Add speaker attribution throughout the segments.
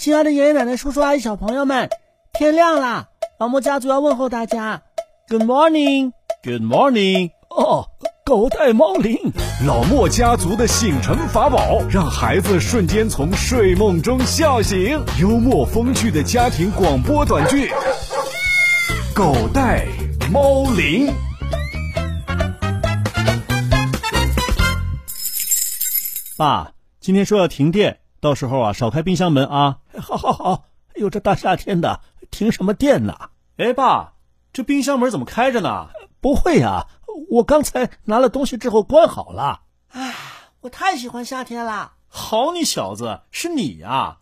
Speaker 1: 亲爱的爷爷奶奶、叔叔阿姨、小朋友们，天亮啦！老莫家族要问候大家，Good morning，Good
Speaker 2: morning。
Speaker 1: 哦，狗带猫铃。
Speaker 2: 老莫家族的醒神法宝，让孩子瞬间从睡梦中笑醒。幽默风趣的家庭广播短剧，《狗带猫铃》。
Speaker 3: 爸，啊今天说要停电，到时候啊少开冰箱门啊。
Speaker 1: 好好好，哎呦，这大夏天的停什么电呐？
Speaker 3: 哎，爸，这冰箱门怎么开着呢？
Speaker 1: 不会呀、啊，我刚才拿了东西之后关好了。
Speaker 4: 唉，我太喜欢夏天啦！
Speaker 3: 好你小子，是你呀、啊？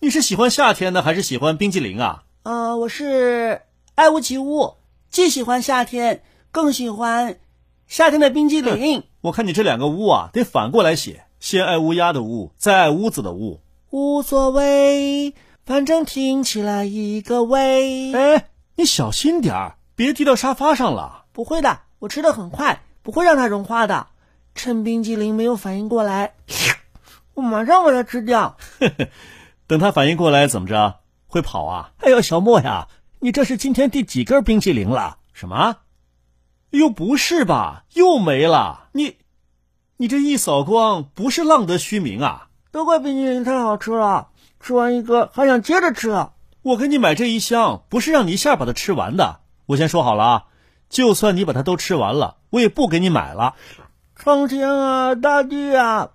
Speaker 3: 你是喜欢夏天呢，还是喜欢冰激凌啊？
Speaker 4: 呃，我是爱屋及乌，既喜欢夏天，更喜欢夏天的冰激凌。嗯、
Speaker 3: 我看你这两个“乌”啊，得反过来写。先爱乌鸦的乌，再爱屋子的屋，
Speaker 4: 无所谓，反正听起来一个味。
Speaker 3: 哎，你小心点儿，别滴到沙发上了。
Speaker 4: 不会的，我吃的很快，不会让它融化的。趁冰激凌没有反应过来，我马上把它吃掉。
Speaker 3: 等它反应过来怎么着？会跑啊？
Speaker 1: 哎呦，小莫呀，你这是今天第几根冰激凌了？
Speaker 3: 什么？又哎不是吧？又没了？你。你这一扫光不是浪得虚名啊！
Speaker 4: 都怪冰淇淋太好吃了，吃完一个还想接着吃。啊
Speaker 3: 我给你买这一箱，不是让你一下把它吃完的。我先说好了啊，就算你把它都吃完了，我也不给你买了。
Speaker 4: 苍天啊，大地啊，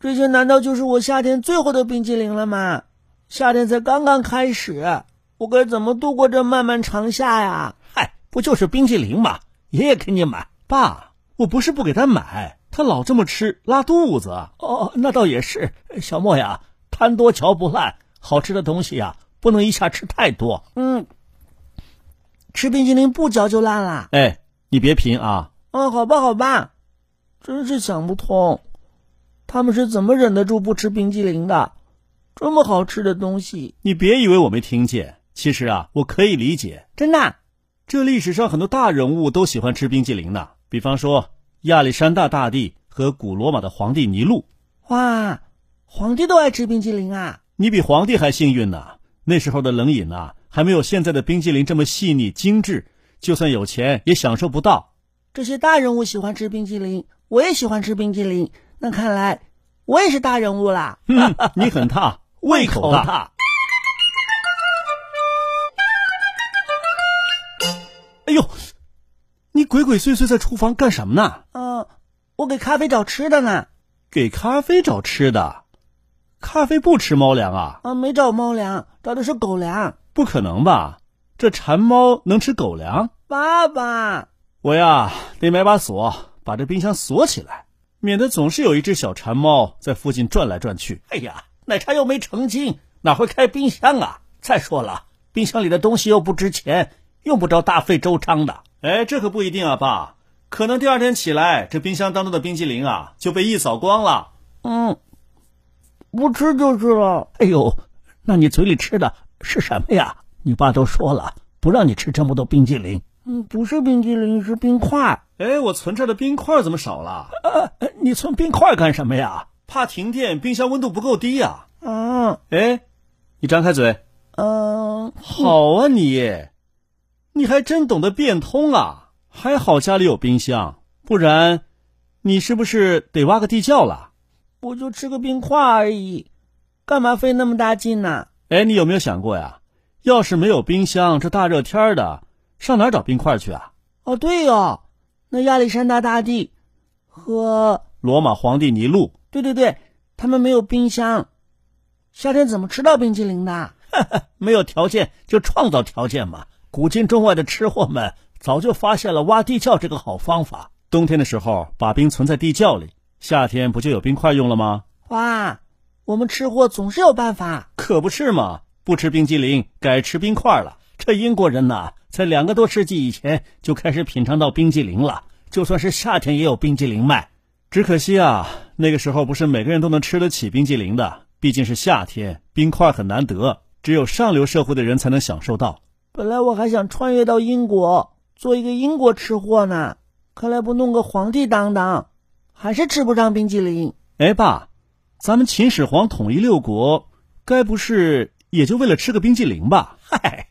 Speaker 4: 这些难道就是我夏天最后的冰激凌了吗？夏天才刚刚开始，我该怎么度过这漫漫长夏呀？
Speaker 1: 嗨，不就是冰激凌吗？爷爷给你买，
Speaker 3: 爸。我不是不给他买，他老这么吃拉肚子。啊
Speaker 1: 哦，那倒也是。小莫呀，贪多嚼不烂，好吃的东西呀、啊，不能一下吃太多。
Speaker 4: 嗯，吃冰淇淋不嚼就烂啦。
Speaker 3: 哎，你别贫啊。
Speaker 4: 嗯，好吧，好吧，真是想不通，他们是怎么忍得住不吃冰激凌的？这么好吃的东西，
Speaker 3: 你别以为我没听见。其实啊，我可以理解。
Speaker 4: 真的，啊
Speaker 3: 这历史上很多大人物都喜欢吃冰激凌的。比方说亚历山大大帝和古罗马的皇帝尼禄，
Speaker 4: 哇，皇帝都爱吃冰激凌啊！
Speaker 3: 你比皇帝还幸运呢、啊。那时候的冷饮啊，还没有现在的冰激凌这么细腻精致，就算有钱也享受不到。
Speaker 4: 这些大人物喜欢吃冰激凌，我也喜欢吃冰激凌。那看来我也是大人物啦。
Speaker 3: 嗯，你很 大，胃口大。哎呦！你鬼鬼祟祟在厨房干什么呢？
Speaker 4: 嗯、呃，我给咖啡找吃的呢。
Speaker 3: 给咖啡找吃的，咖啡不吃猫粮啊？
Speaker 4: 啊，没找猫粮，找的是狗粮。
Speaker 3: 不可能吧？这馋猫能吃狗粮？
Speaker 4: 爸爸，
Speaker 3: 我呀得买把锁，把这冰箱锁起来，免得总是有一只小馋猫在附近转来转去。
Speaker 1: 哎呀，奶茶又没成精，哪会开冰箱啊？再说了，冰箱里的东西又不值钱，用不着大费周章的。
Speaker 3: 哎，这可不一定啊，爸，可能第二天起来，这冰箱当中的冰激凌啊就被一扫光了。
Speaker 4: 嗯，不吃就是了。
Speaker 1: 哎呦，那你嘴里吃的是什么呀？你爸都说了，不让你吃这么多冰激凌。
Speaker 4: 嗯，不是冰激凌，是冰块。
Speaker 3: 哎，我存这的冰块怎么少了？
Speaker 1: 呃、
Speaker 4: 哎
Speaker 1: 啊，你存冰块干什么呀？
Speaker 3: 怕停电，冰箱温度不够低呀、
Speaker 4: 啊。嗯。
Speaker 3: 哎，你张开嘴。
Speaker 4: 嗯。
Speaker 3: 好啊你。你还真懂得变通啊！还好家里有冰箱，不然你是不是得挖个地窖了？
Speaker 4: 我就吃个冰块而已，干嘛费那么大劲呢、啊？
Speaker 3: 哎，你有没有想过呀？要是没有冰箱，这大热天的上哪儿找冰块去啊？
Speaker 4: 哦，对哦，那亚历山大大帝和
Speaker 3: 罗马皇帝尼禄，
Speaker 4: 对对对，他们没有冰箱，夏天怎么吃到冰激凌的？
Speaker 1: 没有条件就创造条件嘛。古今中外的吃货们早就发现了挖地窖这个好方法。
Speaker 3: 冬天的时候把冰存在地窖里，夏天不就有冰块用了吗？
Speaker 4: 哇，我们吃货总是有办法。
Speaker 3: 可不是嘛，不吃冰激凌，改吃冰块了。
Speaker 1: 这英国人呐、啊，在两个多世纪以前就开始品尝到冰激凌了，就算是夏天也有冰激凌卖。
Speaker 3: 只可惜啊，那个时候不是每个人都能吃得起冰激凌的，毕竟是夏天，冰块很难得，只有上流社会的人才能享受到。
Speaker 4: 本来我还想穿越到英国，做一个英国吃货呢，看来不弄个皇帝当当，还是吃不上冰激凌。
Speaker 3: 哎，爸，咱们秦始皇统一六国，该不是也就为了吃个冰激凌吧？
Speaker 1: 嗨，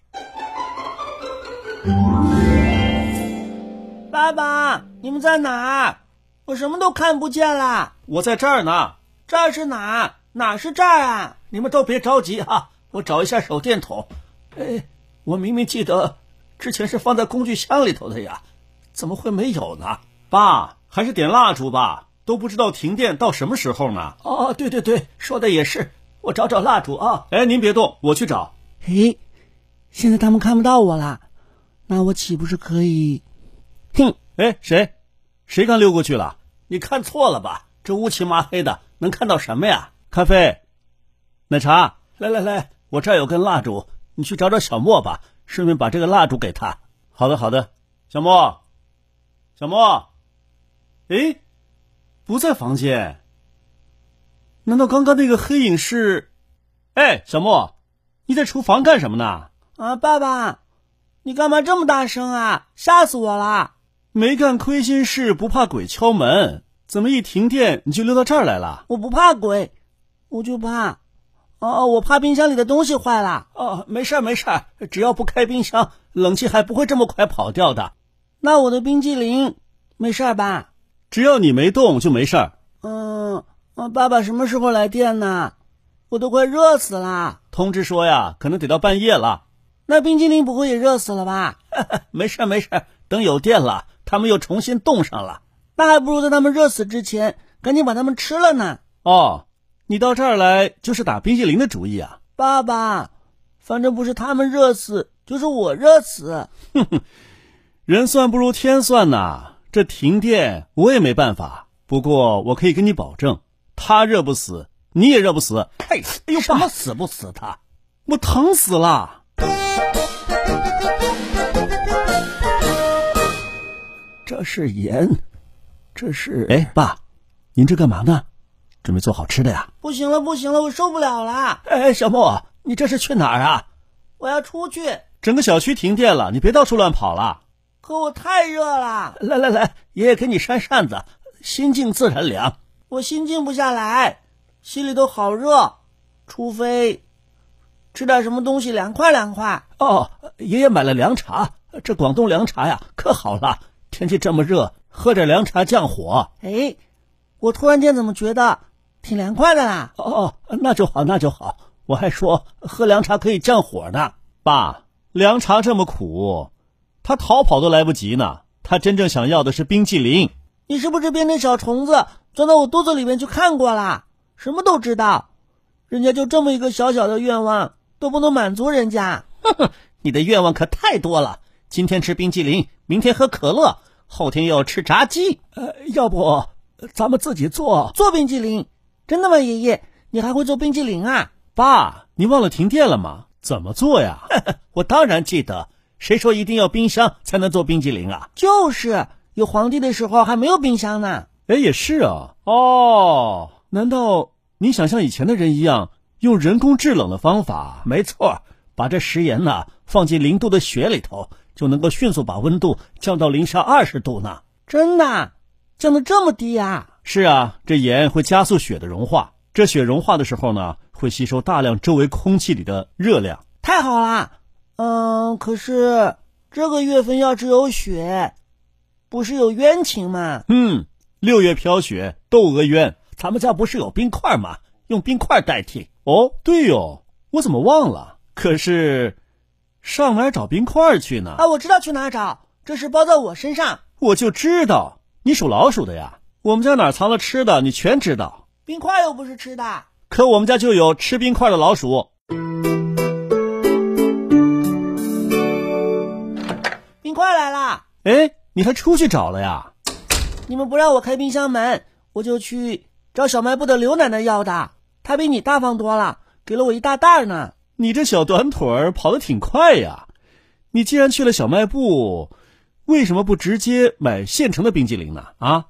Speaker 4: 爸爸，你们在哪儿？我什么都看不见了。
Speaker 1: 我在这儿呢。
Speaker 4: 这儿是哪儿？哪是这儿啊？
Speaker 1: 你们都别着急啊，我找一下手电筒。哎，我明明记得之前是放在工具箱里头的呀，怎么会没有呢？
Speaker 3: 爸，还是点蜡烛吧，都不知道停电到什么时候呢。
Speaker 1: 哦，对对对，说的也是，我找找蜡烛啊。
Speaker 3: 哎，您别动，我去找。
Speaker 4: 哎，现在他们看不到我了，那我岂不是可以？
Speaker 3: 哼，哎，谁，谁刚溜过去了？
Speaker 1: 你看错了吧？这乌漆麻黑的，能看到什么呀？
Speaker 3: 咖啡，奶茶，
Speaker 1: 来来来，我这儿有根蜡烛，你去找找小莫吧，顺便把这个蜡烛给他。
Speaker 3: 好的，好的，小莫，小莫，诶，不在房间。难道刚刚那个黑影是？哎，小莫，你在厨房干什么呢？
Speaker 4: 啊，爸爸，你干嘛这么大声啊？吓死我了！
Speaker 3: 没干亏心事，不怕鬼敲门。怎么一停电你就溜到这儿来了？
Speaker 4: 我不怕鬼，我就怕，哦，我怕冰箱里的东西坏了。
Speaker 1: 哦，没事儿没事儿，只要不开冰箱，冷气还不会这么快跑掉的。
Speaker 4: 那我的冰激凌没事儿吧？
Speaker 3: 只要你没动就没事儿。
Speaker 4: 嗯，嗯，爸爸什么时候来电呢？我都快热死了。
Speaker 3: 通知说呀，可能得到半夜了。
Speaker 4: 那冰激凌不会也热死了 吧？
Speaker 1: 没事儿没事儿，等有电了，他们又重新冻上了。
Speaker 4: 那还不如在他们热死之前，赶紧把他们吃了呢。
Speaker 3: 哦，你到这儿来就是打冰激凌的主意啊，
Speaker 4: 爸爸。反正不是他们热死，就是我热死。
Speaker 3: 哼哼，人算不如天算呐。这停电我也没办法，不过我可以跟你保证，他热不死，你也热不死。
Speaker 1: 嘿，哎呦，什么死不死他？
Speaker 3: 我疼死了。
Speaker 1: 这是盐。这是
Speaker 3: 哎，爸，您这干嘛呢？准备做好吃的呀？
Speaker 4: 不行了，不行了，我受不了了！
Speaker 1: 哎，小
Speaker 3: 啊
Speaker 1: 莫，你这是去哪儿啊？
Speaker 4: 我要出去。
Speaker 3: 整个小区停电了，你别到处乱跑了。
Speaker 4: 可我太热了。
Speaker 1: 来来来，爷爷给你扇扇子，心静自然凉。
Speaker 4: 我心静不下来，心里头好热，除非吃点什么东西凉快凉快。
Speaker 1: 哦，爷爷买了凉茶，这广东凉茶呀，可好了。天气这么热，喝点凉茶降火。
Speaker 4: 哎，我突然间怎么觉得挺凉快的啦？
Speaker 1: 哦，那就好，那就好。我还说喝凉茶可以降火呢。
Speaker 3: 爸，凉茶这么苦，他逃跑都来不及呢。他真正想要的是冰淇淋。
Speaker 4: 你是不是变成小虫子钻到我肚子里面去看过啦？什么都知道，人家就这么一个小小的愿望都不能满足 人家。
Speaker 1: 呵呵你的愿望可太多了。今天吃冰激凌，明天喝可乐，后天又吃炸鸡。
Speaker 4: 呃，
Speaker 1: 要不咱们自己做
Speaker 4: 做冰激凌？真的吗，爷爷？你还会做冰激凌啊？
Speaker 3: 爸，你忘了停电了吗？怎么做呀？
Speaker 1: 我当然记得。谁说一定要冰箱才能做冰激凌啊？
Speaker 4: 就是有皇帝的时候还没有冰箱呢。
Speaker 3: 哎，也是啊。哦，难道你想像以前的人一样，用人工制冷的方法？
Speaker 1: 没错，把这食盐呢、啊、放进零度的血里头。就能够迅速把温度降到零下二十度呢？
Speaker 4: 真的，降得这么低啊？
Speaker 3: 是啊，这盐会加速雪的融化。这雪融化的时候呢，会吸收大量周围空气里的热量。
Speaker 4: 太好啦！嗯，可是这个月份要是有雪，不是有冤情吗？
Speaker 3: 嗯，六月飘雪，窦娥冤。
Speaker 1: 咱们家不是有冰块吗？用冰块代替。
Speaker 3: 哦，对哦，我怎么忘了？可是。上哪儿找冰块去呢？
Speaker 4: 啊，我知道去哪儿找，这事包在我身上。
Speaker 3: 我就知道你属老鼠的呀。我们家哪藏了吃的，你全知道。
Speaker 4: 冰块又不是吃的。
Speaker 3: 可我们家就有吃冰块的老鼠。
Speaker 4: 冰块来啦！
Speaker 3: 哎，你还出去找了呀？
Speaker 4: 你们不让我开冰箱门，我就去找小卖部的刘奶奶要的。她比你大方多了，给了我一大袋呢。
Speaker 3: 你这小短腿儿跑得挺快呀！你既然去了小卖部，为什么不直接买现成的冰激凌呢？啊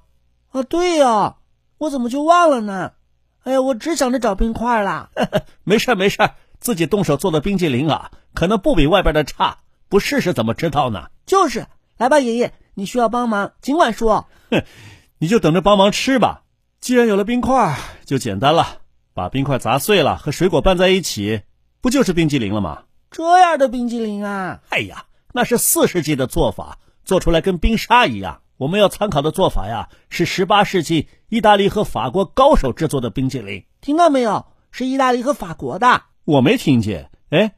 Speaker 4: 啊，对呀、啊，我怎么就忘了呢？哎呀，我只想着找冰块了。
Speaker 1: 没事没事，自己动手做的冰激凌啊，可能不比外边的差。不试试怎么知道呢？
Speaker 4: 就是来吧，爷爷，你需要帮忙尽管说。
Speaker 3: 哼，你就等着帮忙吃吧。既然有了冰块，就简单了。把冰块砸碎了，和水果拌在一起，不就是冰激凌了吗？
Speaker 4: 这样的冰激凌啊，
Speaker 3: 哎呀，那是四世纪的做法，做出来跟冰沙一样。我们要参考的做法呀，是十八世纪意大利和法国高手制作的冰激凌。
Speaker 4: 听到没有？是意大利和法国的，
Speaker 3: 我没听见，哎，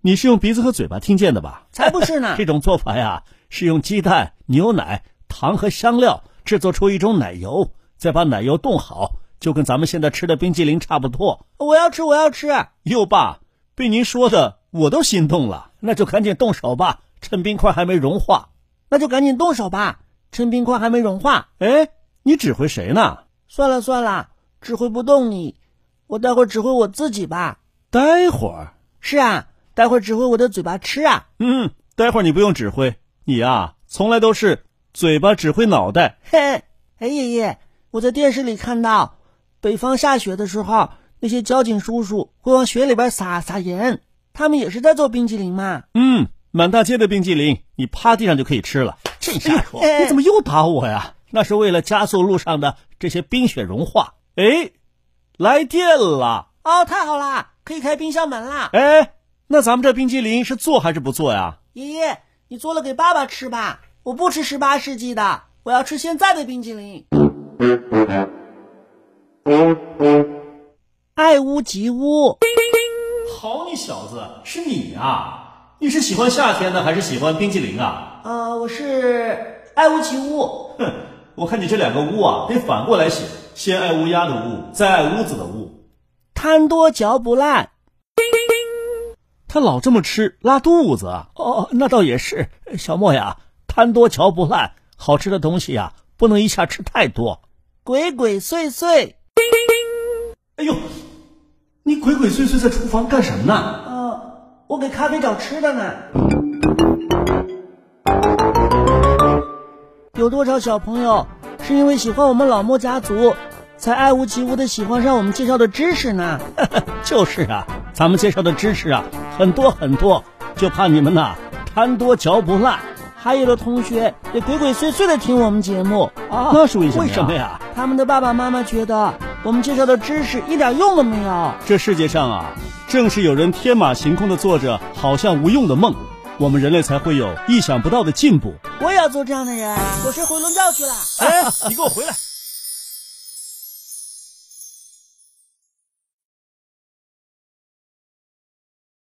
Speaker 3: 你是用鼻子和嘴巴听见的吧？
Speaker 4: 才不是呢
Speaker 3: 这种做法呀，是用鸡蛋、牛奶、糖和香料制作出一种奶油，再把奶油冻好，就跟咱们现在吃的冰激凌差不多。
Speaker 4: 我要吃，我要吃！
Speaker 3: 哟爸，被您说的我都心动了，那就赶紧动手吧，趁冰块还没融化。
Speaker 4: 那就赶紧动手吧，趁冰块还没融化。
Speaker 3: 哎，你指挥谁呢？
Speaker 4: 算了算了，指挥不动你，我待会儿指挥我自己吧。
Speaker 3: 待会儿？
Speaker 4: 是啊，待会儿指挥我的嘴巴吃啊。
Speaker 3: 嗯，待会儿你不用指挥，你呀、啊、从来都是嘴巴指挥脑袋。
Speaker 4: 嘿，哎爷爷，我在电视里看到，北方下雪的时候，那些交警叔叔会往雪里边撒撒盐，他们也是在做冰激凌嘛。
Speaker 3: 嗯，满大街的冰激凌，你趴地上就可以吃了。
Speaker 1: 这下说、
Speaker 4: 哎
Speaker 3: 你怎么又打我呀？那是为了加速路上的这些冰雪融化。哎，来电了。
Speaker 4: 哦，太好啦，可以开冰箱门啦。
Speaker 3: 哎，那咱们这冰激凌是做还是不做呀？
Speaker 4: 爷爷，你做了给爸爸吃吧，我不吃十八世纪的，我要吃现在的冰淇淋。爱屋及乌，
Speaker 3: 好你小子，是你啊！你是喜欢夏天呢，还是喜欢冰激凌啊？
Speaker 4: 呃，我是爱屋及乌，
Speaker 3: 哼， 我看你这两个“乌”啊，得反过来写，先爱乌鸦的“乌”，再爱屋子的“乌
Speaker 4: 贪多嚼不烂。”。
Speaker 3: 他老这么吃，拉肚子啊！
Speaker 1: 哦，那倒也是。小莫呀，贪多嚼不烂，好吃的东西呀，不能一下吃太多。
Speaker 4: 鬼鬼祟祟，
Speaker 3: 哎呦，你鬼鬼祟祟在厨房干什么呢？
Speaker 1: 哦
Speaker 4: 呃，我给咖啡找吃的呢。有多少小朋友是因为喜欢我们老莫家族，才爱屋及乌的喜欢上我们介绍的知识呢？
Speaker 1: 就是啊，咱们介绍的知识啊，很多很多，就怕你们呐贪多嚼不烂。
Speaker 4: 还有的同学也鬼鬼祟祟的听我们节目，
Speaker 1: 啊
Speaker 3: 那是为什么呀
Speaker 1: 为什么呀？
Speaker 4: 他们的爸爸妈妈觉得我们介绍的知识一点用都没有。
Speaker 3: 这世界上啊，正是有人天马行空的做着好像无用的梦，我们人类才会有意想不到的进步。
Speaker 4: 我也要做这样的人，我睡回笼觉去了。
Speaker 3: 哎，你给我回来！